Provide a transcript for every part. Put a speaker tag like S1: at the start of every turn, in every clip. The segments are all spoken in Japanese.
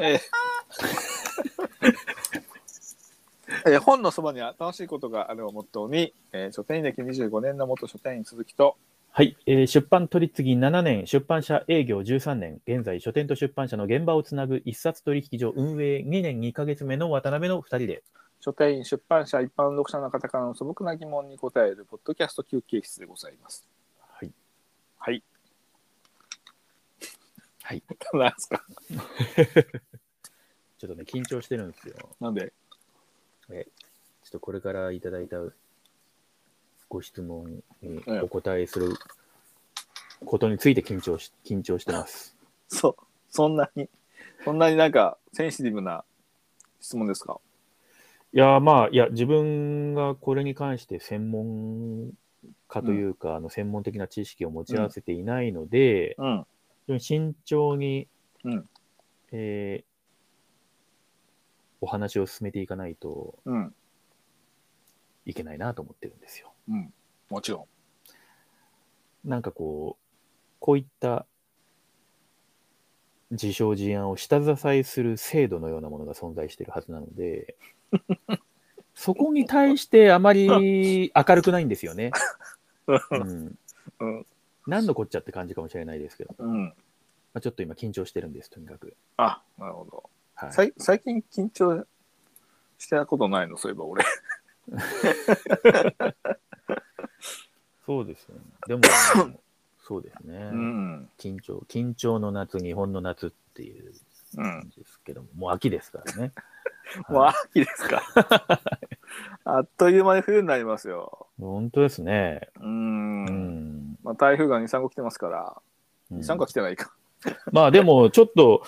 S1: えー えー本のそばには楽しいことがあるをモットーに、えー書店員歴25年の元書店員鈴木と、
S2: はい、えー出版取り次ぎ7年、出版社営業13年、現在書店と出版社の現場をつなぐ一冊取引所運営2年2ヶ月目の渡辺の2人で、
S1: 書店員、出版社、一般読者の方からの素朴な疑問に答える、ポッドキャスト休憩室でございます。
S2: はい。
S1: はい。
S3: はい。
S1: なんですか
S2: ちょっとね、緊張してるんですよ。ちょ
S1: なんで
S2: っとこれからいただいたご質問にお答えすることについて緊張し緊張してます。
S1: そう。そんなに、そんなになんかセンシティブな質問ですか
S2: いやー、まあ、いや、自分がこれに関して専門家というか、あの専門的な知識を持ち合わせていないので、
S1: うん。
S2: 非常に慎重に、
S1: うん
S2: えーお話を進めていかないと
S1: うん。
S2: いけないなと思ってるんですよ。
S1: うん。もちろ
S2: なんかこう、こういった自称事案を下支えする制度のようなものが存在しているはずなので、そこに対してあまり明るくないんですよね。うん、
S1: ん。うん。
S2: 何のこっちゃって感じかもしれないですけど、
S1: うん。
S2: まあ、ちょっと今緊張してるんです、とにかく。
S1: あ、なるほど。
S2: はい、
S1: さい最近緊張したことないのそういえば俺
S2: そうですよね。でも、 そうですね。
S1: うん
S2: 緊張、緊張の夏、日本の夏っていう
S1: うん
S2: 感じですけども、もう秋ですからね。
S1: もう
S2: はい
S1: 秋ですか あっという間に冬になりますよ
S2: 本当ですね。
S1: う、
S2: うんん。
S1: まあ、台風が23個来てますから
S2: うん
S1: 23個来てないか、
S2: まあでも、ちょっと、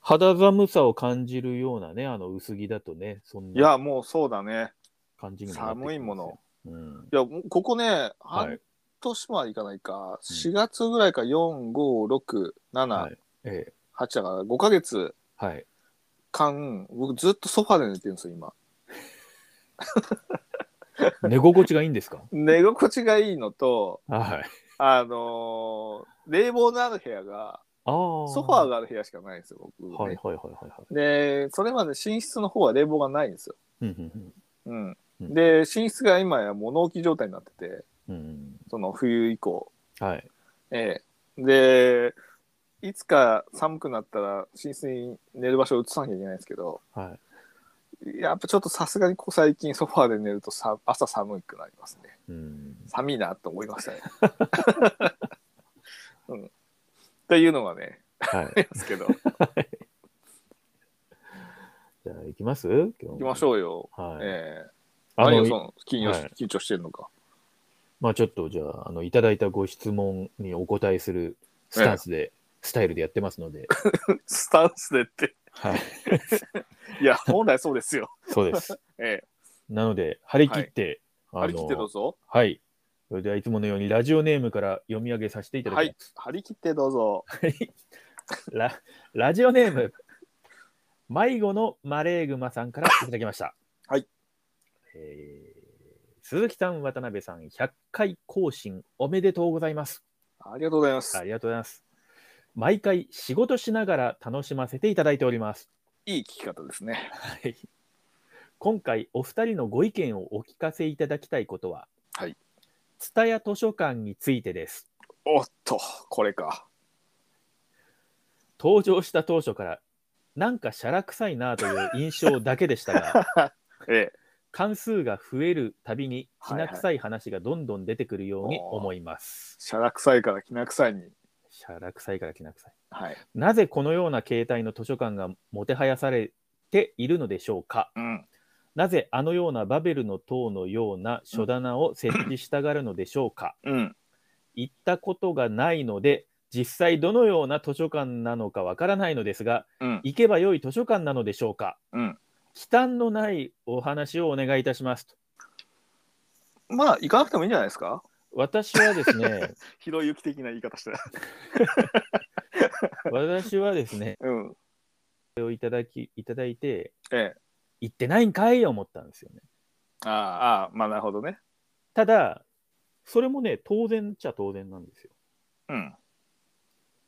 S2: 肌寒さを感じるようなね、あの薄着だとね、そん
S1: いや
S2: な
S1: もうそうだね
S2: 感じにもなってきますよ
S1: 寒いもの。
S2: うん。
S1: いやもうここね
S2: はい
S1: 半。年もはいかないか、4月ぐらいから4567、
S2: はいええ。
S1: 8だから5ヶ月
S2: はい。
S1: 間僕ずっとソファで寝てるんですよ今
S2: 寝心地がいいんですか
S1: 寝心地がいいのと
S2: はい。
S1: あのー冷房のある部屋が
S2: ああ。
S1: ソファーがある部屋しかないんですよ、僕、ね
S2: はいはいはいはいはい。
S1: で、それまで寝室の方は冷房がないんですよ。
S2: うんうん
S1: うん。
S2: うん
S1: で、寝室が今や物置状態になってて、
S2: うん。うん
S1: その冬以降。
S2: うん。はい。
S1: ええ。で、いつか寒くなったら寝室に寝る場所を移さなきゃいけないんですけど、
S2: はい。
S1: やっぱちょっとさすがにこう最近ソファーで寝るとさ朝寒くなりますね。
S2: うん。
S1: 寒いなと思いま したね。うん。っていうのがね、
S2: はい
S1: あ。りますけど、
S2: じゃあ、行きます行
S1: 行きましょうよ。
S2: う。はい。
S1: ええ。
S2: あ
S1: 何
S2: の
S1: をその緊張し
S2: はい
S1: 緊張してるのか。
S2: まあちょっとじゃあ、あの、いただいたご質問にお答えするスタンスで、スタイルでやってますので、
S1: スタンスでって。
S2: はい、
S1: いや、本来そうですよ。
S2: そ うです。
S1: ええ。
S2: なので、張り切って、
S1: 張
S2: あ
S1: り切ってど
S2: の
S1: う、ぞ。
S2: はい。それではいつものようにラジオネームから読み上げさせていただ
S1: は
S2: き
S1: い。張り切ってどうぞ。
S2: ます。はい。ララジオネーム、迷子のマレーグマさんからいただきました。
S1: はい。
S2: えー、鈴木さん、渡辺さん、100回更新おめでとうございます。
S1: ありがとうございます。
S2: ありがとうございます。毎回仕事しながら楽しませていただいております。
S1: いい聞き方ですね。
S2: はい。今回お二人のご意見をお聞かせいただきたいことは、
S1: はい。
S2: 蔦屋図書館についてです。
S1: おっと、これか。
S2: 登場した当初から、なんかシャラ臭いなという印象だけでした が、
S1: ええ。
S2: 関数が増えるたびに、きな臭い話がどんどん出てくるように思います。
S1: しゃらくさいからきな臭いに。
S2: シャラ臭いからきな臭い。
S1: はい。
S2: なぜこのような形態の図書館がもてはやされているのでしょうか
S1: うん。
S2: なぜあのようなバベルの塔のような書棚を設置したがるのでしょうか
S1: うん。
S2: 行ったことがないので実際どのような図書館なのかわからないのですが
S1: うん。
S2: 行けばよい図書館なのでしょうか
S1: うん。
S2: 忌憚のないお話をお願いいたしますと
S1: まあ、行かなくてもいいんじゃないですか。
S2: 私はで すね
S1: ひろゆき的な言い方して。
S2: 私はですね
S1: うん。
S2: これをいただきいただいて
S1: ええ。
S2: 行ってないんかい思ったんですよね
S1: ああ、ああ、まあ、なるほどね。
S2: ただそれもね当然っちゃ当然なんですよ
S1: うん。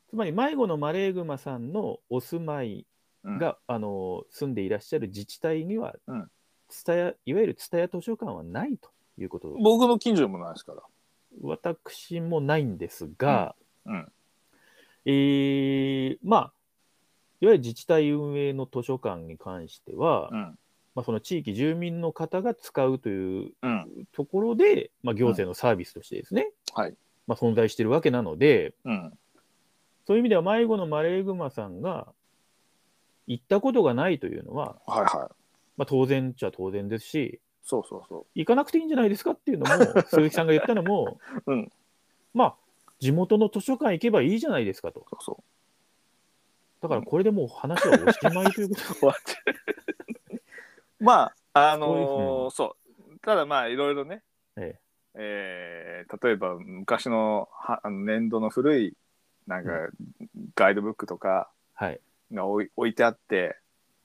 S2: つまり迷子のマレーグマさんのお住まい
S1: うん
S2: が、あの住んでいらっしゃる自治体には、
S1: うん
S2: 蔦屋いわゆる蔦屋図書館はないということを
S1: 僕の近所にもないですから。
S2: 私もないんですが、
S1: うん
S2: えーまあ、いわゆる自治体運営の図書館に関しては、
S1: うん。
S2: まあ、その地域住民の方が使うという
S1: うん。
S2: ところで、まあ、行政のサービスとしてですね、
S1: はい
S2: まあ、存在しているわけなので、
S1: うん。
S2: そういう意味では迷子のマレーグマさんが行ったことがないというのは、
S1: はいはい。
S2: まあ、当然っちゃ当然ですし、
S1: そうそうそ
S2: 行かなくていいんじゃないですかっていうのも、 鈴木さんが言ったのも、
S1: うん
S2: まあ、地元の図書館行けばいいじゃないですかと。
S1: う。そう
S2: だからこれでもう話はおしまいとい うことで
S1: そう。まあ、あの
S2: そういうふう
S1: ー
S2: に
S1: そう。ただまあ、いろいろね、
S2: え
S1: えー例えば昔のはあの年度の古いなんかガイドブックとか
S2: はい。
S1: が置い置いてあって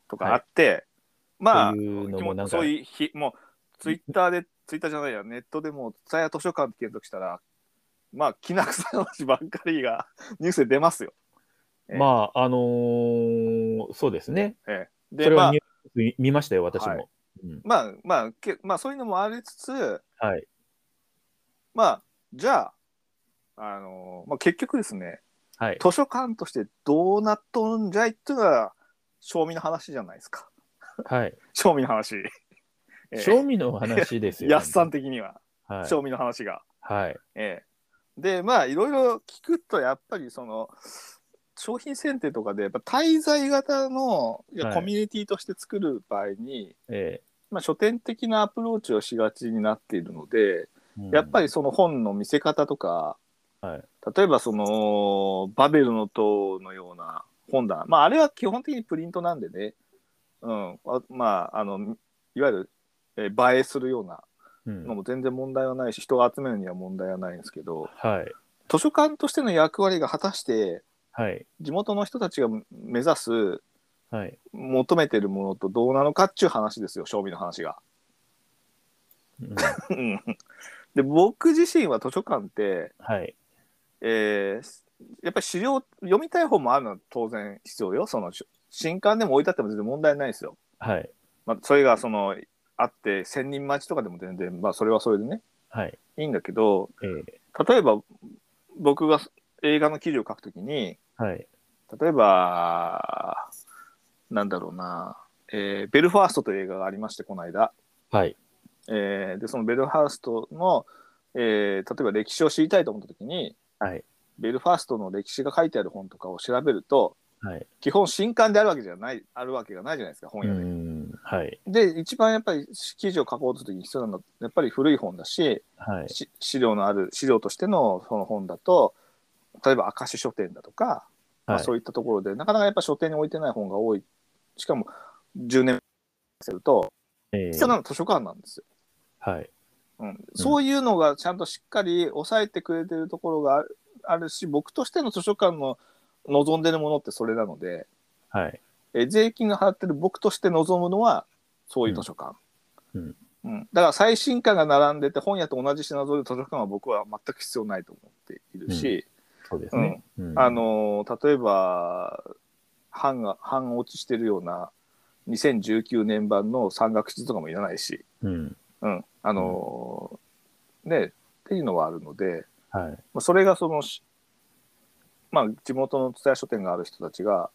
S1: と
S2: は
S1: か
S2: い
S1: あって、まあ
S2: というのもなんか
S1: そういうひもうツイッターでツイッターじゃないやネットでも「蔦屋図書館」って検索したらまあきな臭い話ばっかりがニュースで出ますよ。ええ
S2: まあ、あのーそうですね。
S1: ええ
S2: そ
S1: で
S2: れ
S1: ま
S2: は
S1: あ
S2: ニュース見ましたよ、私も。
S1: はい
S2: うん
S1: まあまあけまあそういうのもありつつ
S2: はい、
S1: まあじゃあ、あのーまあ、結局ですね
S2: はい。
S1: 図書館としてどうなっとんじゃいっていうのが賞味の話じゃないですか
S2: はい。
S1: 賞味の話ええ
S2: 賞味の話で すよ。
S1: やっさん的には
S2: はい。
S1: 賞味の話が、
S2: はい。
S1: ええでまあいろいろ聞くとやっぱりその商品選定とかでやっぱ滞在型のいや
S2: はい
S1: コミュニティとして作る場合に、
S2: え
S1: まあ、書店的なアプローチをしがちになっているので、
S2: え
S1: やっぱり、その本の見せ方とか
S2: うんはい。
S1: 例えばそのバベルの塔のような本棚まああれは基本的にプリントなんでね、うん、あまああのいわゆる、えー映えするような
S2: うん
S1: のも全然問題はないし人を集めるには問題はないんですけど
S2: はい。
S1: 図書館としての役割が果たして
S2: はい。
S1: 地元の人たちが目指す
S2: はい。
S1: 求めてるものとどうなのかっていう話ですよ賞味の話が。
S2: うん
S1: うんで僕自身は図書館って、
S2: はい。
S1: えーやっぱり資料読みたい本もあるのは当然必要よそのし新刊でも置いてあっても全然問題ないですよ。
S2: はい。
S1: まあ、それがそのあって千人待ちとかでも全然、まあ、それはそれでね
S2: はい。
S1: いいんだけど
S2: え
S1: 例えば僕が映画の記事を書くときに
S2: えはい。
S1: 例えばなんだろうな、えーベルファースト」という映画がありましてこの間、
S2: はい。
S1: えーでそのベルファーストの、えー例えば歴史を知りたいと思ったときに
S2: はい。
S1: ベルファーストの歴史が書いてある本とかを調べると
S2: はい。
S1: 基本新刊であるわけじゃないあるわけがないじゃないですか本
S2: う
S1: 屋で。
S2: ん。はい。
S1: で一番やっぱり記事を書こうとする時に必要なのはやっぱり古い本だし
S2: はい。
S1: し資料のある資料としてのその本だと例えば明石書店だとか、まあ、
S2: はい
S1: そういったところでなかなかやっぱ書店に置いてない本が多いしかも10年すると
S2: ええ
S1: 必要なのは図書館なんですよ、
S2: はい。
S1: うん、そういうのがちゃんとしっかり抑えてくれてるところがあるあるし僕としての図書館の望んでるものってそれなので
S2: はい。
S1: えー税金が払ってる僕として望むのはそういう図書館、
S2: うん
S1: うんだから最新刊が並んでて本屋と同じ品ぞえる図書館は僕は全く必要ないと思っているし、
S2: そうですね。うん
S1: あ、のー例えば版が版落ちしてるような2019年版の山岳地図とかもいらないし、
S2: うん。
S1: うんあのーねっていうのはあるので、
S2: は
S1: ま
S2: い。
S1: あそれがそのし、まあ、地元の蔦屋書店がある人たちが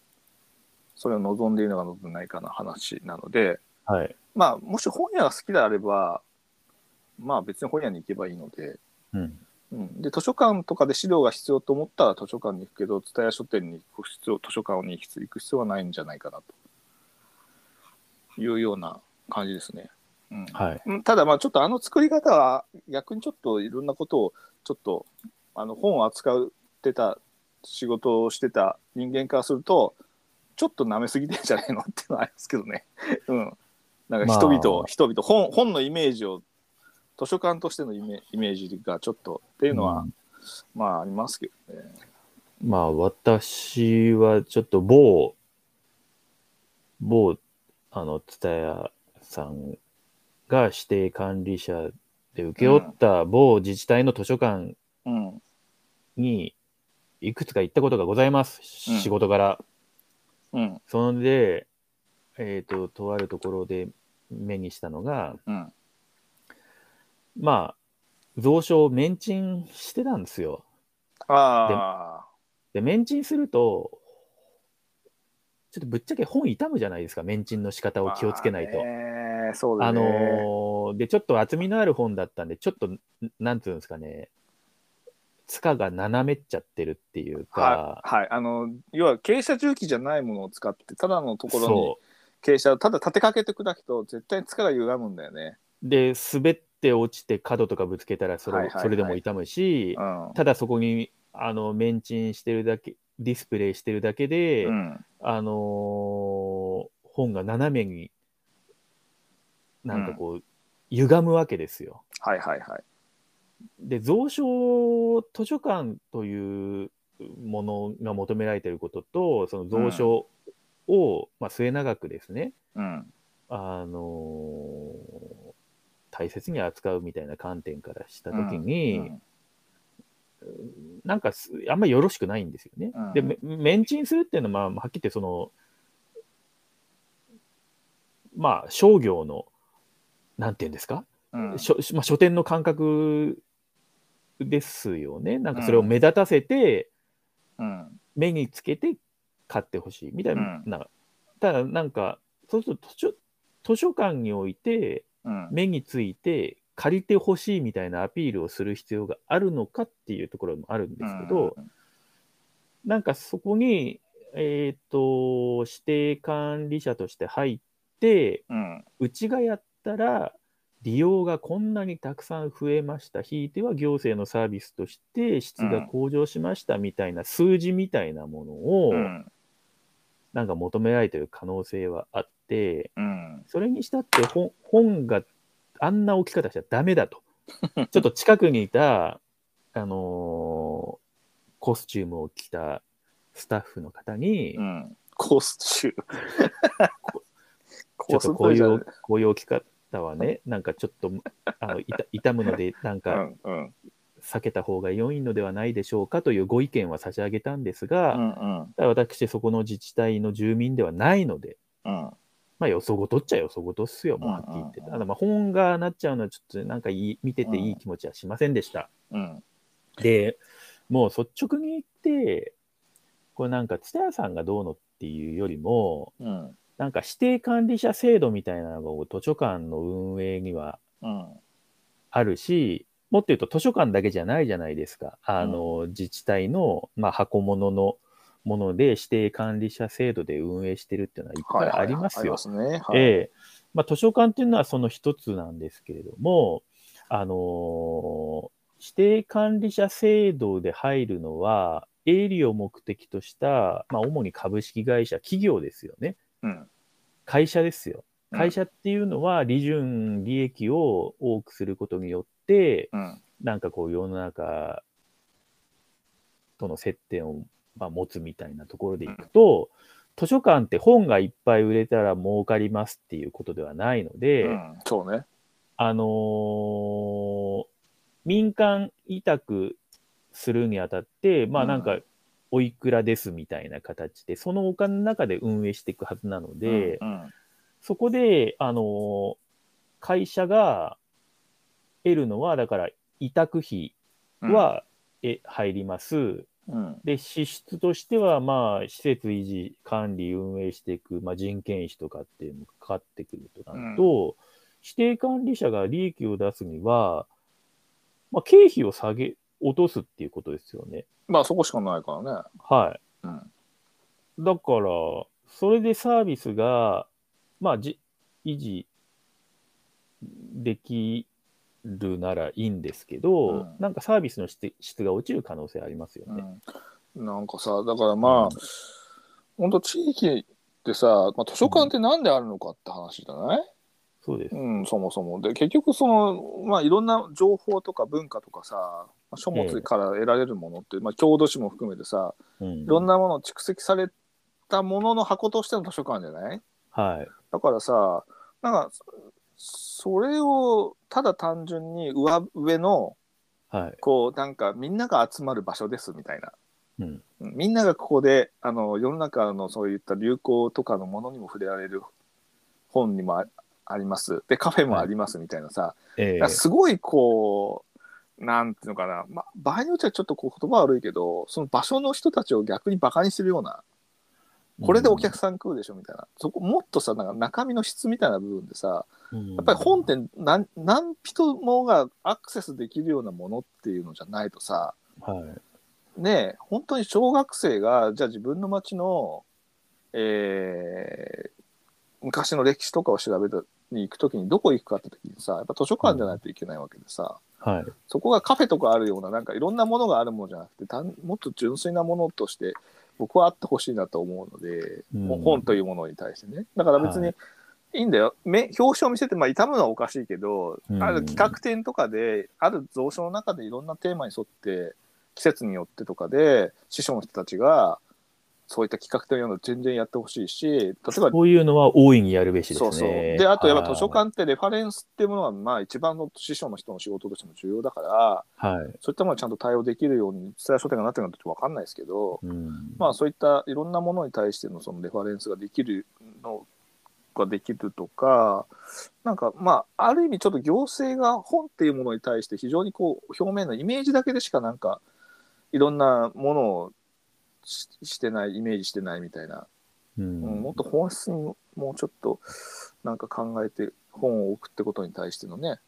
S1: それを望んでいるのか望んでないかの話なので、
S2: はい。
S1: まあ、もし本屋が好きであれば、まあ、別に本屋に行けばいいので,、
S2: うん。
S1: うん、で図書館とかで資料が必要と思ったら図書館に行くけど蔦屋書店に行く必要図書館に行く必要はないんじゃないかなというような感じですね。うん
S2: はい。
S1: うんただまあちょっとあの作り方は逆にちょっといろんなことをちょっとあの本を扱ってた仕事をしてた人間からするとちょっと舐めすぎてんじゃないのっていうのはありますけどね。 うん、なんか人々を、
S2: まあ
S1: 人々本本のイメージを図書館としてのイメイメージがちょっとっていうのは、
S2: うん
S1: まあありますけどね。
S2: まあ、私はちょっと某、某、あの、ツタヤさんが指定管理者で請け負った某自治体の図書館
S1: うん、
S2: にいくつか行ったことがございます。
S1: うん
S2: 仕事柄。
S1: うん
S2: そので、えっ、と、とあるところで目にしたのが、
S1: うん
S2: まあ、蔵書をメンチンしてたんですよ。
S1: ああ
S2: で、メンチンすると、ちょっとぶっちゃけ本傷むじゃないですか、メンチンの仕方を気をつけないと。
S1: ええそうだ
S2: あ
S1: ね
S2: のーで、ちょっと厚みのある本だったんで、ちょっと、んなんていうんですかね、つかが斜めっちゃってるっていう
S1: は
S2: か、
S1: い、はい、あの要は傾斜重機じゃないものを使ってただのところに
S2: そ
S1: 傾斜をただ立てかけて砕くと絶対に力が歪むんだよね。
S2: う。で、滑って落ちて角とかぶつけたらそれ,、
S1: はいはいはい
S2: それでも痛むし
S1: う、ん
S2: ただそこに、あの、メンチンしてるだけ、ディスプレイしてるだけで、
S1: うん
S2: あのー本が斜めに、なんかこう、歪むわけですよ。
S1: はいはいはい。
S2: で、蔵書図書館というものが求められていることと、その蔵書を、まあ、末永くですね、
S1: うん
S2: あのー大切に扱うみたいな観点からしたときに、
S1: うん
S2: なんかすあんまりよろしくないんですよね。
S1: うん
S2: でめ、メンチンするっていうのは、まあ、はっきり言ってその、まあ、商業の、なんていうんですか、
S1: うん
S2: 書まあ、書店の感覚ですよね。なんかそれを目立たせて、
S1: うん
S2: 目につけて買ってほしいみたいな。ただ、なんか、そうすると図書図書館において、
S1: うん
S2: 目について借りてほしいみたいなアピールをする必要があるのかっていうところもあるんですけど、なんかそこに、えっ、と、指定管理者として入って、
S1: うん
S2: うちがやったら、利用がこんなにたくさん増えました、ひいては行政のサービスとして質が向上しましたみたいな数字みたいなものを、
S1: うん
S2: なんか求められてる可能性はあって、
S1: うん
S2: それにしたって本本があんな置き方しちゃダメ だと。ちょっと近くにいた、あのーコスチュームを着たスタッフの方に、
S1: うんコース中
S2: ち
S1: コー
S2: ょっと
S1: ス
S2: こうい
S1: 中
S2: う、こういう置き方はね、なんかちょっと、あの、い た痛むので、なん
S1: う
S2: か
S1: んうん
S2: 避けた方が良いのではないでしょうかというご意見は差し上げたんですが、
S1: うんうん
S2: ただ私、そこの自治体の住民ではないので、
S1: うん
S2: まあ、よそごとっちゃよそごとっすよ、もうはっきり言って。
S1: うんうんうん
S2: ただ、まあ、本がなっちゃうのは、ちょっとなんかいい見てていい気持ちはしませんでした。
S1: うん
S2: で、もう率直に言って、これなんか、蔦屋さんがどうのっていうよりも、
S1: うん
S2: なんか指定管理者制度みたいなのが図書館の運営には
S1: うん
S2: あるし、もっと言うと図書館だけじゃないじゃないですか。あの、自治体の、まあ、箱物のもので指定管理者制度で運営してるっていうのはいっぱいあります
S1: はいはいはいあり
S2: よ
S1: ま。すねはい
S2: ええまあ、図書館っていうのはその一つなんですけれども、あのー指定管理者制度で入るのは、営利を目的とした、まあ、主に株式会社、企業ですよね。
S1: うん
S2: 会社ですよ。
S1: うん
S2: 会社っていうのは、利潤、利益を多くすることによって、
S1: うん
S2: なんかこう、世の中との接点を、まあ、持つみたいなところでいくと、図書館って本がいっぱい売れたら儲かりますっていうことではないので、
S1: うんそうね
S2: あのー民間委託するにあたって、まあなん
S1: う
S2: か、おいくらですみたいな形で、そのお金の中で運営していくはずなので、
S1: うん
S2: そこで、あのー会社が得るのは、だから、委託費
S1: うん
S2: は、え入ります。
S1: うん
S2: で、支出としては、まあ、施設維持、管理、運営していく、まあ、人件費とかっていうのがかかってくるとなると、指定管理者が利益を出すには、まあ、経費を下げ、落とすっていうことですよね。
S1: まあそこしかないからね
S2: は
S1: う
S2: い。
S1: ん
S2: だから、それでサービスが、まあ、じ維持できるならいいんですけど、
S1: うん
S2: なんかサービスの質質が落ちる可能性ありますよね。
S1: うん、なんかさだからまあ、ほんと地域ってさ、まあ、図書館ってなんであるのかって話じゃない、
S2: そうです。
S1: うんそもそもで結局そのまあいろんな情報とか文化とかさまあ書物から得られるものって、まあ、郷土史も含めてさ
S2: うん
S1: いろんなものを蓄積されたものの箱としての図書館じゃない
S2: はい。
S1: だからさなんかそれをただ単純に上上の
S2: はい。
S1: こうなんかみんなが集まる場所ですみたいな
S2: うん
S1: みんながここであの世の中のそういった流行とかのものにも触れられる本にもあありますでカフェもありますみたいなさ、
S2: ええ
S1: だからすごいこうなんていうのかな、まあ、場合によってはちょっとこう言葉悪いけどその場所の人たちを逆にバカにしてるようなこれでお客さん食うでしょみたいな、そこもっとさなんか中身の質みたいな部分でさ
S2: うん
S1: やっぱり本って何何人もがアクセスできるようなものっていうのじゃないとさ、
S2: はい
S1: ねえ本当に小学生がじゃあ自分の町の、えー昔の歴史とかを調べたに行く時にどこ行くかって時にさやっぱ図書館じゃないといけないわけでさ、
S2: はい
S1: そこがカフェとかあるようななんかいろんなものがあるものじゃなくて単もっと純粋なものとして僕はあってほしいなと思うので、
S2: うん
S1: 本というものに対してねだから別
S2: は
S1: にいいんだよ、め表紙を見せて、まあ、痛むのはおかしいけど、
S2: うん
S1: ある企画展とかである蔵書の中でいろんなテーマに沿って季節によってとかで師匠の人たちがそういった企画展を読むの全然やってほしいし例えば
S2: こういうのは大いにやるべしです
S1: そ
S2: ね
S1: うそう。で、あとやっぱ図書館ってレファレンスっていうものは、まあ一番の師匠の人の仕事としても重要だから、
S2: はいはい
S1: そういったものにちゃんと対応できるように、伝え書店がなってるのかちょっとわかんないですけど、
S2: うん
S1: まあそういったいろんなものに対してのそのレファレンスができるのができるとか、なんかまあある意味ちょっと行政が本っていうものに対して非常にこう表面のイメージだけでしかなんかいろんなものをししてない、イメージしてないみたいな
S2: うん
S1: うん、もっと本質にももうちょっとなんか考えて本を置くってことに対してのね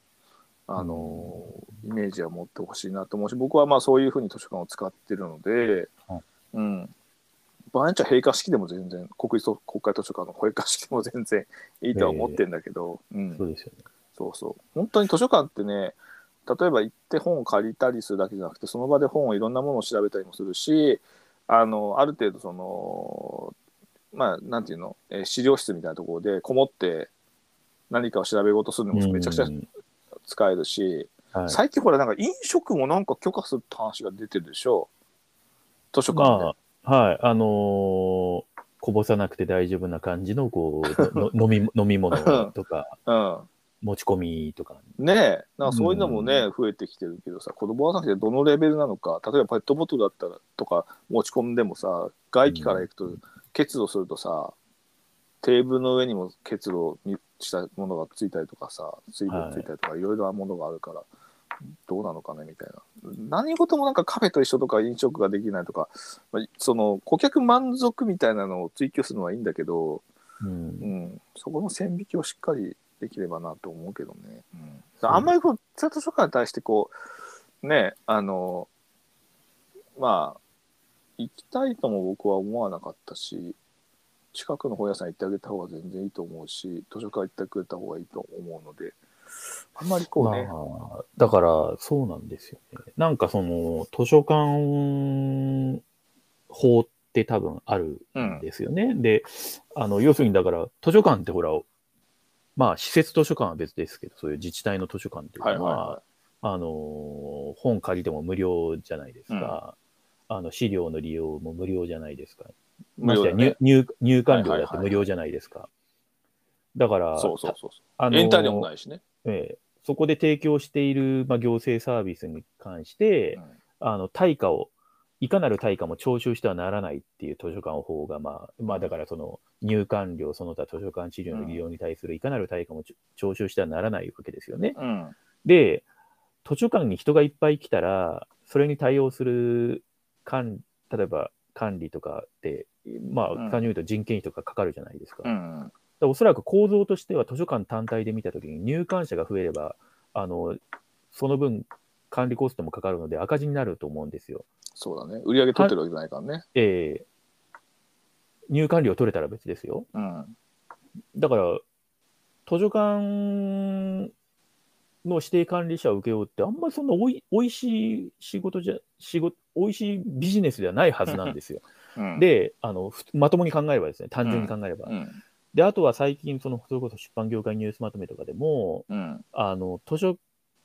S1: あのーイメージは持ってほしいなと思うし僕はまあそういうふうに図書館を使ってるので
S2: はい、
S1: うん、場合によっちゃ閉会式でも全然国立と国会図書館の閉会式でも全然いいとは思ってんだけど、うん
S2: そ、うですよね。
S1: そうそう本当に図書館ってね例えば行って本を借りたりするだけじゃなくてその場で本をいろんなものを調べたりもするしあのある程度そのまあなんていうの、えー資料室みたいなところでこもって何かを調べようとするのもめちゃくちゃ
S2: うん
S1: 使えるし、
S2: はい
S1: 最近ほらなんか飲食もなんか許可するって話が出てるでしょ図書館で、
S2: まあ、はい、あのーこぼさなくて大丈夫な感じの、こ う、のの飲み、飲み物とか、持ち込みとか。
S1: うん、ねえなんかそういうのもね、
S2: う
S1: 増えてきてるけどさ子供はなくてどのレベルなのか例えばペットボトルだったらとか持ち込んでもさ外気から行くと
S2: うん
S1: 結露するとさテーブルの上にも結露にしたものがついたりとかさ水分ついたりとかいろいろなものがあるから、どうなのかねみたいな何事もなんかカフェと一緒とか飲食ができないとか、まあその顧客満足みたいなのを追求するのはいいんだけど、
S2: う。
S1: うんん、そこの線引きをしっかりできればなと思うけどね、うん、あんまりこう北図書館に対してこうねあのまあ行きたいとも僕は思わなかったし近くの本屋さん行ってあげた方が全然いいと思うし図書館行ってくれた方がいいと思うのであんまりこうね、
S2: まあ、だから、そうなんですよね。なんかその、図書館法って多分あるんですよね。で、あの、要するにだから、図書館ってほら、まあ、施設図書館は別ですけど、そういう自治体の図書館っていうのは、あのー本借りても無料じゃないですか、あの資料の利用も無料じゃないですか、
S1: い
S2: ましてや入入入館料だ
S1: はいは
S2: っ
S1: い
S2: て
S1: はい
S2: 無料じゃないですか。だから、
S1: そうそうそうそ
S2: あ
S1: う、
S2: のー
S1: エンターテインもないしね、
S2: ええそこで提供している、まあ、行政サービスに関して
S1: うん、
S2: あの対価を、いかなる対価も徴収してはならないっていう図書館法が、まあ、まあ、だからその入館料、その他図書館資料の利用に対するいかなる対価もちょ徴収してはならないわけですよね。
S1: うん
S2: で、図書館に人がいっぱい来たら、それに対応する管例えば管理とかって、まあ、
S1: うん
S2: 単純に言うと人件費とかかかるじゃないですか。
S1: う
S2: だか
S1: ん
S2: らおそらく構造としては図書館単体で見たときに入館者が増えれば、あの、その分管理コストもかかるので赤字になると思うんですよ。
S1: そうだね売り上げ取ってるわけじゃないからね、
S2: えー入館料取れたら別ですよ。
S1: うん
S2: だから、図書館の指定管理者を受けようって、あんまりそんなおいおいしい仕事じゃ、仕事、おいしいビジネスではないはずなんですよ。
S1: うん、
S2: で、あの、ふまともに考えればですね、単純に考えれば。
S1: うん
S2: で、あとは最近、その、それこそ出版業界ニュースまとめとかでも、
S1: うん
S2: あの、図書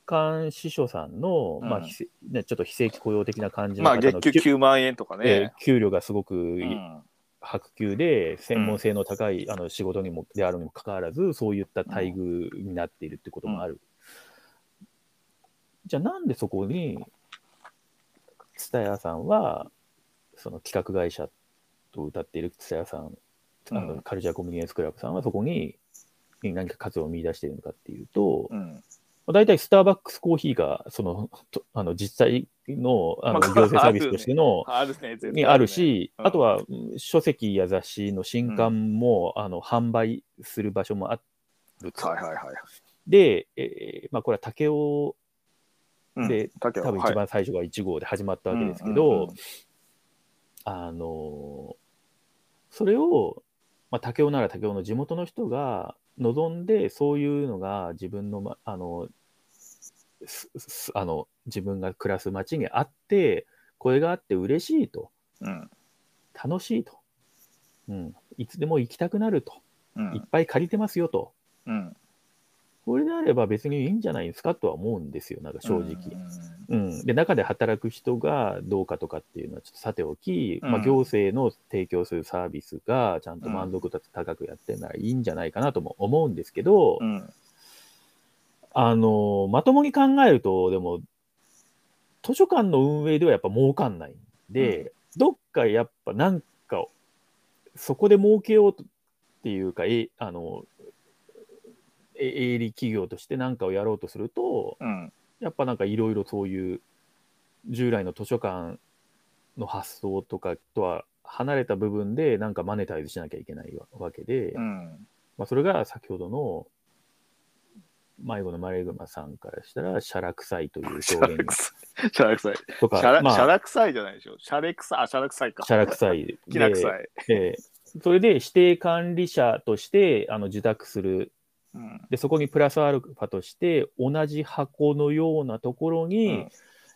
S2: 館司書さんの、まあ、
S1: うん
S2: 非正ね、ちょっと非正規雇用的な感じの
S1: ま
S2: 方
S1: あ
S2: の
S1: 月給
S2: 給
S1: 9万円とかね、
S2: えー給料がすごく
S1: うん
S2: 白球で専門性の高い、あの仕事にもであるにもかかわらずそういった待遇になっているってこともある、じゃあなんでそこに蔦屋さんはその企画会社と歌っている蔦屋さん、あ
S1: う
S2: の
S1: ん
S2: カルチャーコミュニエンスクラブさんはそこに何か活動を見出しているのかっていうと、
S1: うん
S2: まあ、大体スターバックスコーヒーがそのとあの実際のあの
S1: まあ
S2: 行政サービスとしての、
S1: あるね絶対ね
S2: にあるし、
S1: うん
S2: あとはうん書籍や雑誌の新刊も、あの販売する場所もあると
S1: はいはいはい
S2: で、えーまあ、これは竹雄
S1: うん
S2: で
S1: 竹は
S2: 多分一番最初が1号で始まったわけですけ
S1: う
S2: ど、
S1: んうんうん
S2: あのーそれを、まあ、竹雄なら竹雄の地元の人が望んでそういうのが自分の,、ま、あのすすあの自分が暮らす町にあってこれがあって嬉しいと
S1: うん
S2: 楽しいと、うん、いつでも行きたくなると
S1: う
S2: いっ
S1: ん
S2: ぱい借りてますよと
S1: うん
S2: これであれば別にいいんじゃないですかとは思うんですよなんか正直。うん、で中で働く人がどうかとかっていうのはちょっとさておき、
S1: うん
S2: まあ、行政の提供するサービスがちゃんと満足度高くやってんならいいんじゃないかなとも思うんですけど、
S1: うんうん
S2: あのまともに考えるとでも図書館の運営ではやっぱ儲かんないんで、どっかやっぱなんかそこで儲けようとっていうかえあのえ営利企業として何かをやろうとすると
S1: うん
S2: やっぱなんかいろいろそういう従来の図書館の発想とかとは離れた部分でなんかマネタイズしなきゃいけないわわけで、
S1: うん
S2: まあ、それが先ほどの迷子のマレグマさんからしたら、シャラ臭いという表
S1: シャラ
S2: 現
S1: 臭いシャラ臭い
S2: と
S1: シャ
S2: か、
S1: ラ
S2: ま
S1: シャ
S2: あ、
S1: ラ臭いじゃないでしょシャレ臭いあシャラ臭いか
S2: シャラ臭い
S1: きな臭い
S2: で、ええそれで指定管理者としてあの受託する
S1: うん
S2: で、そこにプラスアルファとして、同じ箱のようなところに、
S1: うん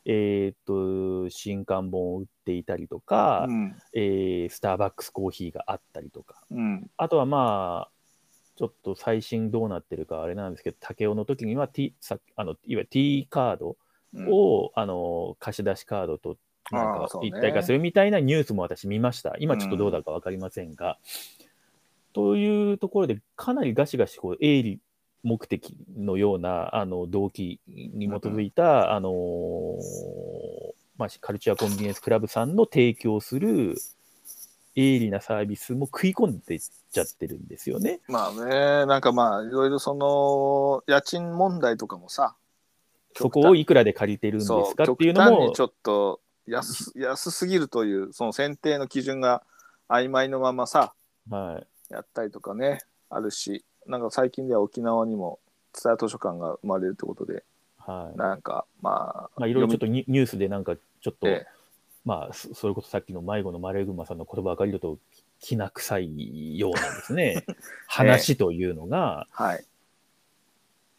S2: えーっと、新刊本を売っていたりとか、
S1: うん
S2: えースターバックスコーヒーがあったりとか、
S1: うん
S2: あとはまあ、ちょっと最新どうなってるかあれなんですけど、竹雄の時には T、さあのいわゆる T カード
S1: うん
S2: を、あの貸し出しカードとなん
S1: あ
S2: か
S1: ーそうね
S2: 一体化するみたいなニュースも私見ました。今ちょっとどうだか分かりませんが。というところで、かなりガシガシこう営利目的のようなあの動機に基づいた、あのーまあ、カルチャーコンビニエンスクラブさんの提供する営利なサービスも食い込んでっちゃってるんですよね。
S1: まあねなんかまあいろいろその家賃問題とかもさ
S2: そこをいくらで借りてるんです
S1: そう
S2: かっていうの
S1: 極端
S2: も
S1: にちょっと安安すぎるというその選定の基準が曖昧のままさ
S2: はい、
S1: やったりとかねあるしなんか最近では沖縄にも蔦屋図書館が生まれるってことで
S2: はい。
S1: なんかまあ
S2: まあ、いろいろちょっとニュニュースでなんかちょっと、
S1: ええ
S2: まあ、そそれこそさっきの迷子のマレーグマさんの言葉を借りると、きな臭いようなんですね。 話というのが、
S1: はい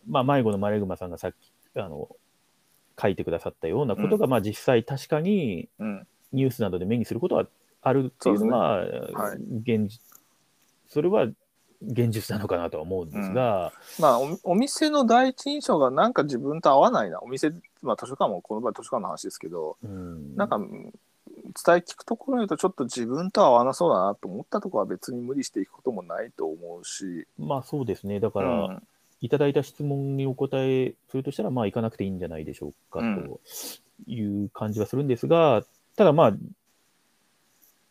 S2: まあ、迷子のマレーグマさんがさっき、あの、書いてくださったようなことが、まあ、実際確かに
S1: うん
S2: ニュースなどで目にすることはあるっていうのが、
S1: はい
S2: 現実、それは現実なのかなとは思うんですが、
S1: まあおお店の第一印象がなんか自分と合わないなお店まあ図書館もこの場合図書館の話ですけど
S2: うん
S1: なんかうん伝え聞くところによるとちょっと自分とは合わなそうだなと思ったところは別に無理していくこともないと思うし、
S2: まあそうですね。だか
S1: う
S2: ら、
S1: ん
S2: いただいた質問にお答えするとしたら、まあ、行かなくていいんじゃないでしょうか
S1: うん
S2: という感じはするんですが、ただまあ、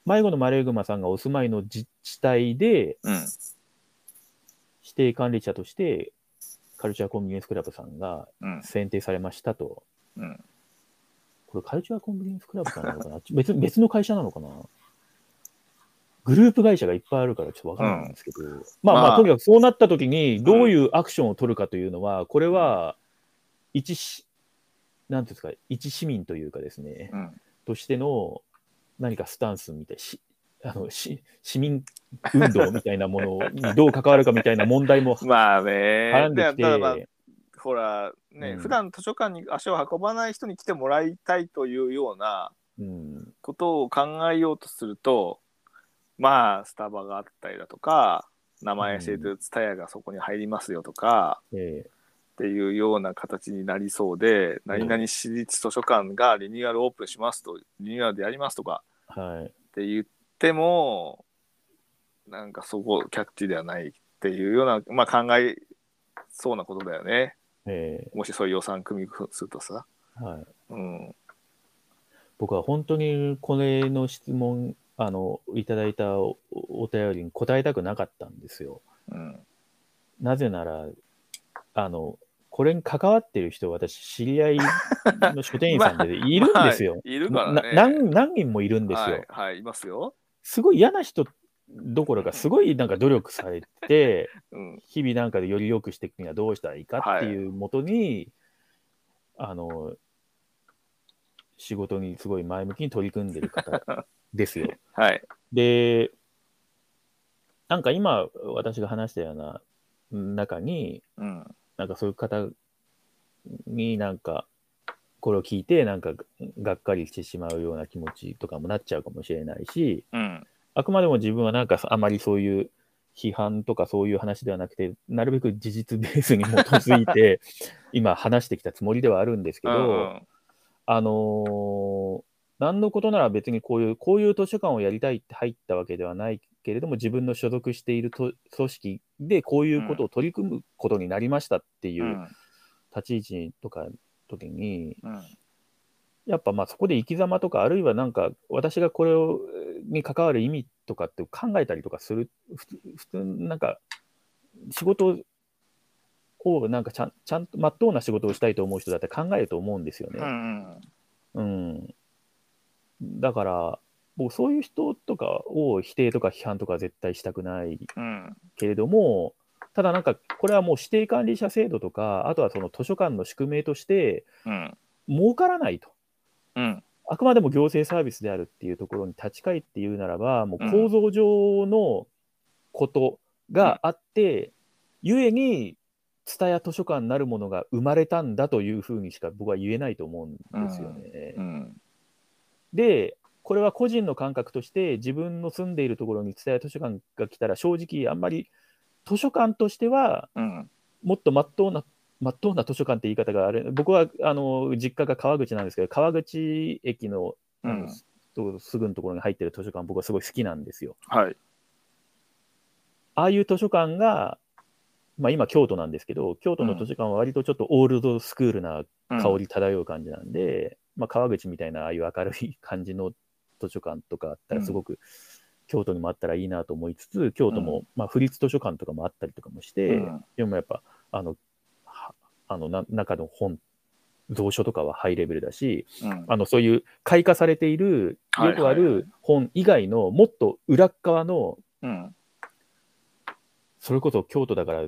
S2: 迷子のマレーグマさんがお住まいの自治体で、
S1: うん
S2: 指定管理者として、カルチャーコンビニエンスクラブさんが
S1: うん
S2: 選定されましたと。
S1: うん
S2: これ、カルチャーコンビニエンスクラブさんなのかな ちょ別別の会社なのかなグループ会社がいっぱいあるからちょっとわからないんですけど、まあま
S1: ま
S2: あ、
S1: あ
S2: とにかくそうなった時に、どういうアクションを取るかというのは、これは、一し、なんていうんですか、一市民というかですね、
S1: うん
S2: としての何かスタンスみたいし、あのし市民運動みたいなものにどう関わるかみたいな問題も
S1: まあ
S2: 絡
S1: ね
S2: ん
S1: で
S2: で
S1: だ
S2: きて、
S1: からまあほらね、
S2: うん
S1: 普段図書館に足を運ばない人に来てもらいたいというような
S2: うん、
S1: ことを考えようとするとまあスタバがあったりだとか名前教えてるツタヤがそこに入りますよとか、
S2: ええ
S1: っていうような形になりそうで、何々私立図書館がリニューアルオープンしますと、リニューアルでやりますとか
S2: はい。
S1: って言っても、なんかそこキャッチではないっていうような、まあ考えそうなことだよね。
S2: ええ
S1: もしそういう予算組み込むとするとさ。
S2: はい。
S1: うん。
S2: 僕は本当にこれの質問、あの、いただいたおお便りに答えたくなかったんですよ。
S1: うん。
S2: なぜなら、あの、これに関わってる人、私、知り合いの書店員さん でいるんですよ。
S1: はい、いるからね。
S2: な何何人もいるんですよ。
S1: はい、はい、いますよ。
S2: すごい嫌な人どころか、すごいなんか努力されて、
S1: うん。
S2: 日々なんかでより良くしていくにはどうしたらいいかっていうもとに、あの仕事にすごい前向きに取り組んでる方ですよ。
S1: はい。
S2: でなんか今私が話したような中に
S1: うん。
S2: なんかそういう方になんかこれを聞いてなんかがっかりしてしまうような気持ちとかもなっちゃうかもしれないし、
S1: うん。
S2: あくまでも自分はなんかあまりそういう批判とかそういう話ではなくて、なるべく事実ベースに基づいて、 今話してきたつもりではあるんですけ
S1: う
S2: ど、
S1: ん。。
S2: あのー何のことなら別にこういう、こういう図書館をやりたいって入ったわけではないけれども、自分の所属していると組織でこういうことを取り組むことになりましたっていううん立ち位置とか時に、
S1: うん。
S2: やっぱまあそこで生き様とか、あるいはなんか私がこれをえーに関わる意味とかって考えたりとかする、普通、普通なんか仕事をなんかちゃんちゃんと、まっとうな仕事をしたいと思う人だって考えると思うんですよ
S1: う
S2: ね。
S1: ん。
S2: うん。だから、僕そういう人とかを否定とか批判とかは絶対したくない
S1: うん。
S2: けれども、ただなんかこれはもう指定管理者制度とか、あとはその図書館の宿命として、
S1: うん。
S2: 儲からないと。
S1: うん。
S2: あくまでも行政サービスであるっていうところに立ち返って言うならば、もう構造上のことがあって、ゆえに、蔦屋図書館なるものが生まれたんだというふうにしか僕は言えないと思うんですよね。
S1: うん。
S2: で、これは個人の感覚として、自分の住んでいるところに蔦屋図書館が来たら、正直あんまり図書館としては、
S1: うん。
S2: もっとまっとうな、まっとうな図書館って言い方があれ、僕はあの実家が川口なんですけど、川口駅の
S1: う
S2: あ
S1: ん
S2: の。とすぐのところに入ってる図書館、僕はすごい好きなんですよ。
S1: はい。
S2: ああいう図書館が、まあ、今、京都なんですけど、京都の図書館は割とちょっとオールドスクールな
S1: うん
S2: 香。り漂う感じなんで、まあ、川口みたいなああいう明るい感じの図書館とかあった
S1: う
S2: ら、
S1: ん
S2: すごく京都にもあったらいいなと思いつつ、京都も、まあ、府立図書館とかもあったりとかもし
S1: う
S2: て、
S1: ん
S2: でもやっぱ、あの、はあのな中の本、蔵書とかはハイレベルだし、
S1: うん。
S2: あのそういう開花されている
S1: はい
S2: よくあ
S1: はいはい
S2: る本以外のもっと裏っ側の
S1: うん。
S2: それこそ京都だから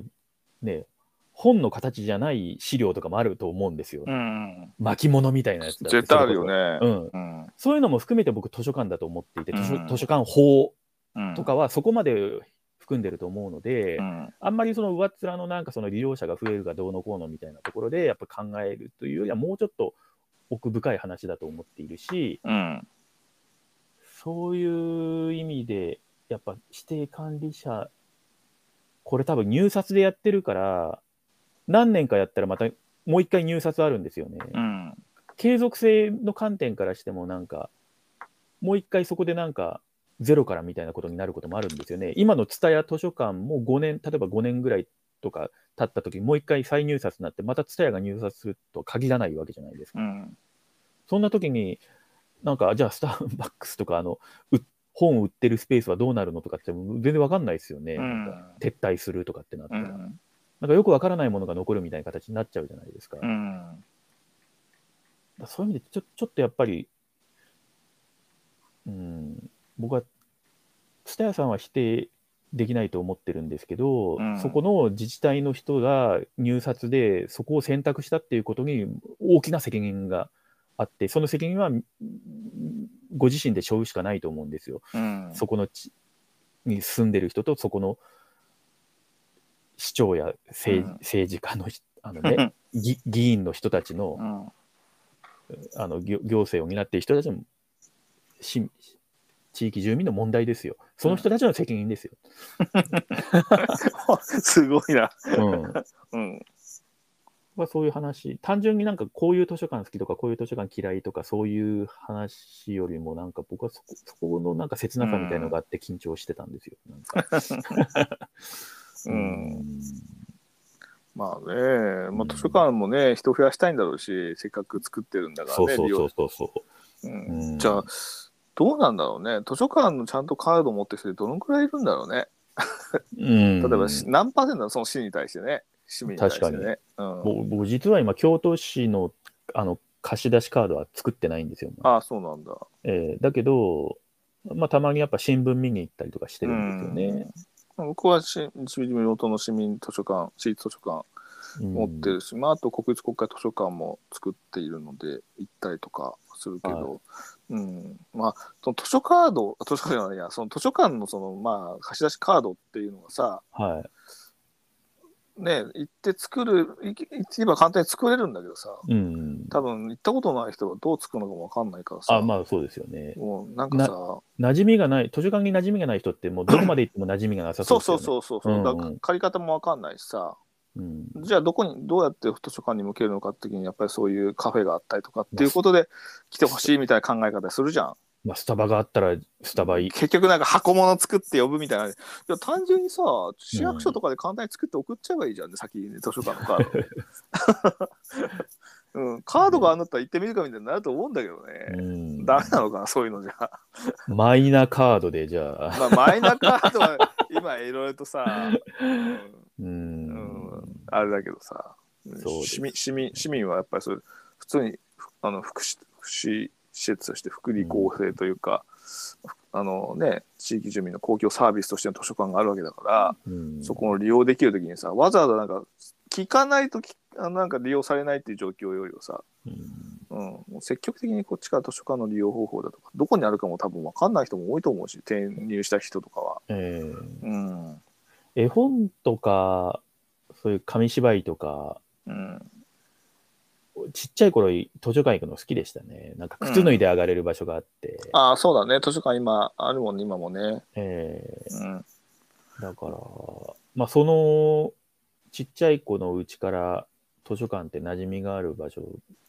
S2: ね本の形じゃない資料とかもあると思うんですよ。
S1: うん。
S2: 巻物みたいなやつだって
S1: 絶対あるよ
S2: それこそ
S1: ね。
S2: うん、
S1: うん。
S2: そういうのも含めて僕図書館だと思っていて図書,、
S1: うん
S2: 図書館法
S1: うん。
S2: とかはそこまで含んでると思うので、
S1: うん。
S2: あんまりその上っ面のなんかその利用者が増えるかどうのこうのみたいなところでやっぱ考えるというよりはもうちょっと奥深い話だと思っているし、
S1: うん。
S2: そういう意味で、やっぱ指定管理者、これ多分入札でやってるから、何年かやったらまたもう一回入札あるんですよね。
S1: うん。
S2: 継続性の観点からしてもなんか、もう一回そこでなんか、ゼロからみたいなことになることもあるんですよね。今の蔦屋図書館も5年、例えば5年ぐらいとか経った時にもう一回再入札になって、また蔦屋が入札するとは限らないわけじゃないですか。
S1: うん。
S2: そんな時に、なんか、じゃあ、スターバックスとか、あの、う本売ってるスペースはどうなるのとかって、全然わかんないですよね。
S1: う
S2: なん
S1: ん
S2: か撤退するとかってなった
S1: う
S2: ら。
S1: ん。
S2: なんか、よくわからないものが残るみたいな形になっちゃうじゃないですか。
S1: う
S2: だか
S1: ん。
S2: らそういう意味でちょ、ちょっとやっぱり、うん、僕は、蔦屋さんは否定できないと思ってるんですけど、
S1: うん
S2: そこの自治体の人が入札で、そこを選択したっていうことに大きな責任があって、その責任はうんご自身で背負うしかないと思うんですよ。
S1: うん。
S2: そこの地に住んでる人と、そこの市長や政,、
S1: うん
S2: 政治家の人あ の、 ね、議議員の人たちの
S1: うん。
S2: あの行行政を担っている人たちのし地域住民の問題ですよ。その人たちの責任ですよ。
S1: すごいな。
S2: うん
S1: うん。
S2: まあ、そういう話、単純になんかこういう図書館好きとか、こういう図書館嫌いとか、そういう話よりも、なんか僕はそこそこのなんか切なさみたいのがあって緊張してたんですよ。なんか
S1: うんまあね、まあ、図書館もね、人増やしたいんだろうし、せっかく作ってるんだからね、
S2: そうそう
S1: 利
S2: そう
S1: 用
S2: そうそう。
S1: うん
S2: うん
S1: じゃあどうなんだろうね図書館のちゃんとカード持ってる人ってどのくらいいるんだろうね
S2: うん
S1: 例えば、何パーセントのその市に対してね市民に対してね
S2: 確か
S1: うん、
S2: 僕僕実は今、京都市のあの貸し出しカードは作ってないんですよ。
S1: ああそうなんだ
S2: えーだけど、まあ、たまにやっぱ新聞見に行ったりとかしてるんですよね。
S1: 僕はし地元の市民図書館市立図書館
S2: うん
S1: 持ってるし、まあ、あと国立国会図書館も作っているので行ったりとかするけど、うん、まあその図書カード図書カードじゃないやその図書館のその、まあ、貸し出しカードっていうのがさ
S2: は
S1: ね行って作る行け行けば簡単に作れるんだけどさ
S2: い。うん。
S1: 多分行ったことない人はどう作るのかも分かんないからさ
S2: あ、まあそうですよね。
S1: もうなんかさ
S2: 馴染みがない、図書館に馴染みがない人って、もうどこまで行っても馴染みがなさそ
S1: そうう
S2: ですよ
S1: そ
S2: ね。
S1: うそうそう、
S2: うんうん
S1: だから借り方も分かんないしさ
S2: うん
S1: じゃあどこにどうやって図書館に向けるのかって時にやっぱりそういうカフェがあったりとかっていうことで来てほしいみたいな考え方するじゃん。
S2: まあ、スタバがあったら、スタバい
S1: 結局なんか箱物作って呼ぶみたいな。い や単純にさ市役所とかで簡単に作って送っちゃえばいいじゃんね、先にね図書館のカー ド。うん、カードがあんだったら行ってみるかみたいになると思うんだけど
S2: う
S1: ね。
S2: ん、
S1: ダメなのかなそういうのじゃ。
S2: マイナカードで、じゃあ。
S1: まあマイナカードは今いろいろと さ、うん
S2: う
S1: う
S2: ん。
S1: んあれだけどさ、
S2: そうです
S1: 市民市民市民はやっぱりそれ普通にふあの福祉福祉施設として福利厚生というか、あのね、地域住民の公共サービスとしての図書館があるわけだから、
S2: うん
S1: そこを利用できるときにさわざわざなんか聞かないときあのなんか利用されないっていう状況よりはさ、
S2: うん
S1: うん、もう積極的にこっちから図書館の利用方法だとかどこにあるかも多分分かんない人も多いと思うし転入した人とかは。
S2: え
S1: うん
S2: ー絵本とか、そういう紙芝居とか、
S1: うん、
S2: ちっちゃい頃、図書館行くの好きでしたね。なんか靴脱いで上がれる場所があって。
S1: ああそうだね図書館今あるもんね今もね。
S2: え
S1: うん
S2: ーだから、まあ、そのちっちゃい子のうちから図書館って馴染みがある場所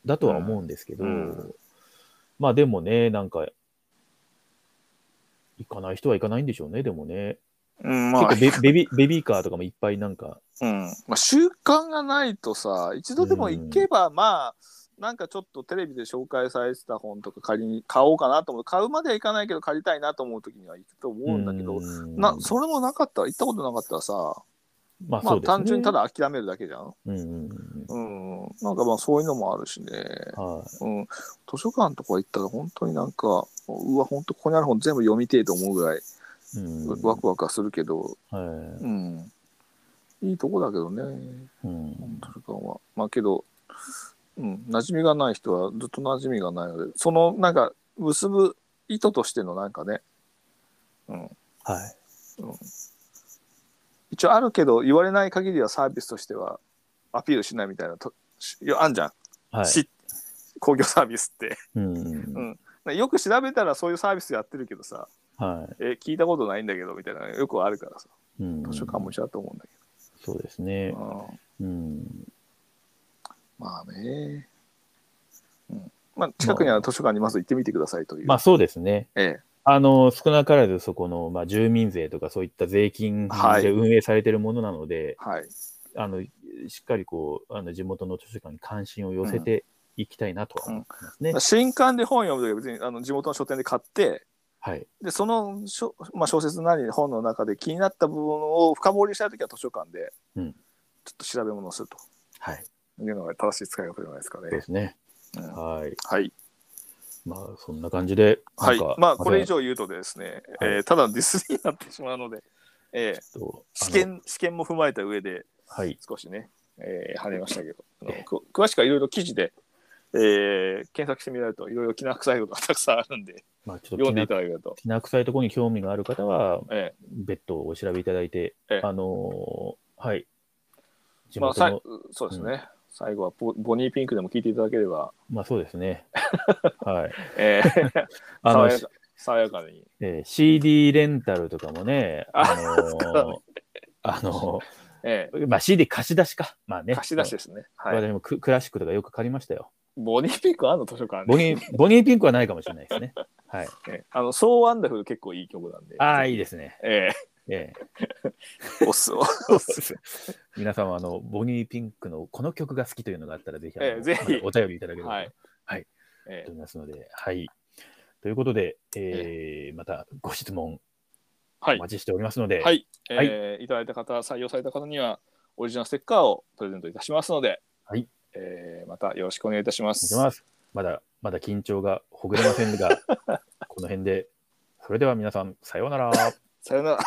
S2: だとは思うんですけど、
S1: うんうん
S2: まあでもね、なんか、行かない人は行かないんでしょうね、でもね。
S1: うん、ま
S2: 結
S1: あ
S2: 構、ベベビベビーカーとかもいっぱいなんか、
S1: うんまあ、習慣がないとさ、一度でも行けば、まあ、なんかちょっとテレビで紹介されてた本とか仮に買おうかなと思う。買うまではいかないけど、借りたいなと思う時には行くと思うんだけど、
S2: うん
S1: なそれもなかったら、行ったことなかったらさ、
S2: まあ
S1: ま
S2: そ
S1: あ
S2: うですね。
S1: 単純にた、だ諦めるだけじゃん。
S2: うんうんうん
S1: うん、なんかまあそういうのもあるしね。
S2: は
S1: うん、図書館とか行ったら本当になんか、うわ、本当ここにある本全部読みてえと思うぐらい、
S2: いうん
S1: ワクワクはするけど、
S2: は
S1: うん、いいとこだけどね。
S2: いうん
S1: 図書館は。まあけど、うん、馴染みがない人はずっと馴染みがないので、そのなんか結ぶ意図としてのなんかね、うん、
S2: はい
S1: 一応あるけど言われない限りはサービスとしてはアピールしないみたいなと、しいやあんじゃん、
S2: はい
S1: し公共サービスって。
S2: うんうんうん
S1: よく調べたらそういうサービスやってるけどさ、
S2: は
S1: え、聞いたことないんだけどみたいなのよくあるからさ、
S2: いうん
S1: 図書館も一緒だと思うんだけ
S2: そうですね
S1: ど。。うん
S2: うん
S1: まあね。うんまあ、近くにある図書館にまず行ってみてくださいという。
S2: まあそうですね。
S1: え
S2: あの、少なからずそこの、まあ、住民税とかそういった税金
S1: はい
S2: で運営されているものなので、
S1: え、はい。
S2: あの、しっかりこう、あの地元の図書館に関心を寄せていきたいなとは思いますね。
S1: 新刊で本読むときは別にあの地元の書店で買って
S2: はい。
S1: でそのしょ、まあ、小説なり本の中で気になった部分を深掘りしたいときは図書館でち
S2: う
S1: ょっ
S2: ん
S1: と調べ物をすると
S2: はい。
S1: いうのが正しい使い方じゃないですか
S2: そうで
S1: ね。
S2: すね。
S1: うん
S2: はい。
S1: はい、
S2: まあ、そんな感じで、
S1: は
S2: なん
S1: い
S2: か、
S1: まあこれ以
S2: た
S1: 上言うとですね、え
S2: はい
S1: ーただのディスになってしまうので、えー
S2: ちょっとあの
S1: 試験試験も踏まえた上で
S2: はい。
S1: 少しね、えー、跳ねましたけどあ
S2: え
S1: のく詳しくはいろいろ記事で、えー検索してみられるといろいろきな臭いことがたくさんあるんで
S2: まあ、ちょっと
S1: 読
S2: き
S1: んでい
S2: な、
S1: ただけると。
S2: きな臭いところに興味がある方は、
S1: ええ
S2: 別途お調べいただいて、
S1: ええ
S2: あのーはい。地
S1: まあ、
S2: 元
S1: さ
S2: の、ま
S1: いそうですね、最後はボボニーピンクでも聞いていただけれ ば、
S2: あ、そうで すね。はい。
S1: え ー
S2: あ
S1: 爽
S2: の
S1: や、か爽やかに。
S2: えー CD レンタルとかもね、
S1: あ
S2: あのーあの
S1: え
S2: ーまあ、CD 貸し出しか。ま
S1: ー
S2: あ ね。
S1: 貸し出しですね。
S2: まあ
S1: はい、
S2: 私もククラシックとかよく借りましたよ。
S1: ボニーピンクあるの図書館
S2: ボ
S1: で、
S2: ニー、ボニーピンクはないかもしれないですね。はい。
S1: えーあの、そうワンダフル結構いい曲なんで。
S2: ああ、いいですね。
S1: え
S2: え
S1: ー、おすすめ。おすす
S2: え皆様、あの、ボニーピンクのこの曲が好きというのがあったら、ぜひ、あの
S1: ええぜひ
S2: お便りいただけ
S1: め。
S2: れば
S1: はい
S2: と。はい。
S1: え
S2: 思いますので、はい。ということで、えーまたご質問
S1: は
S2: お
S1: い
S2: 待ちしておりますので、
S1: はい、えーいただいた方、採用された方には、オリジナルステッカーをプレゼントいたしますので、
S2: はい
S1: えーまたよろしくお願いいたしま
S2: お願い
S1: す。
S2: します。まだ、まだ緊張が ほぐれませんが、この辺で、それでは皆さん、さようなら。
S1: さよなら。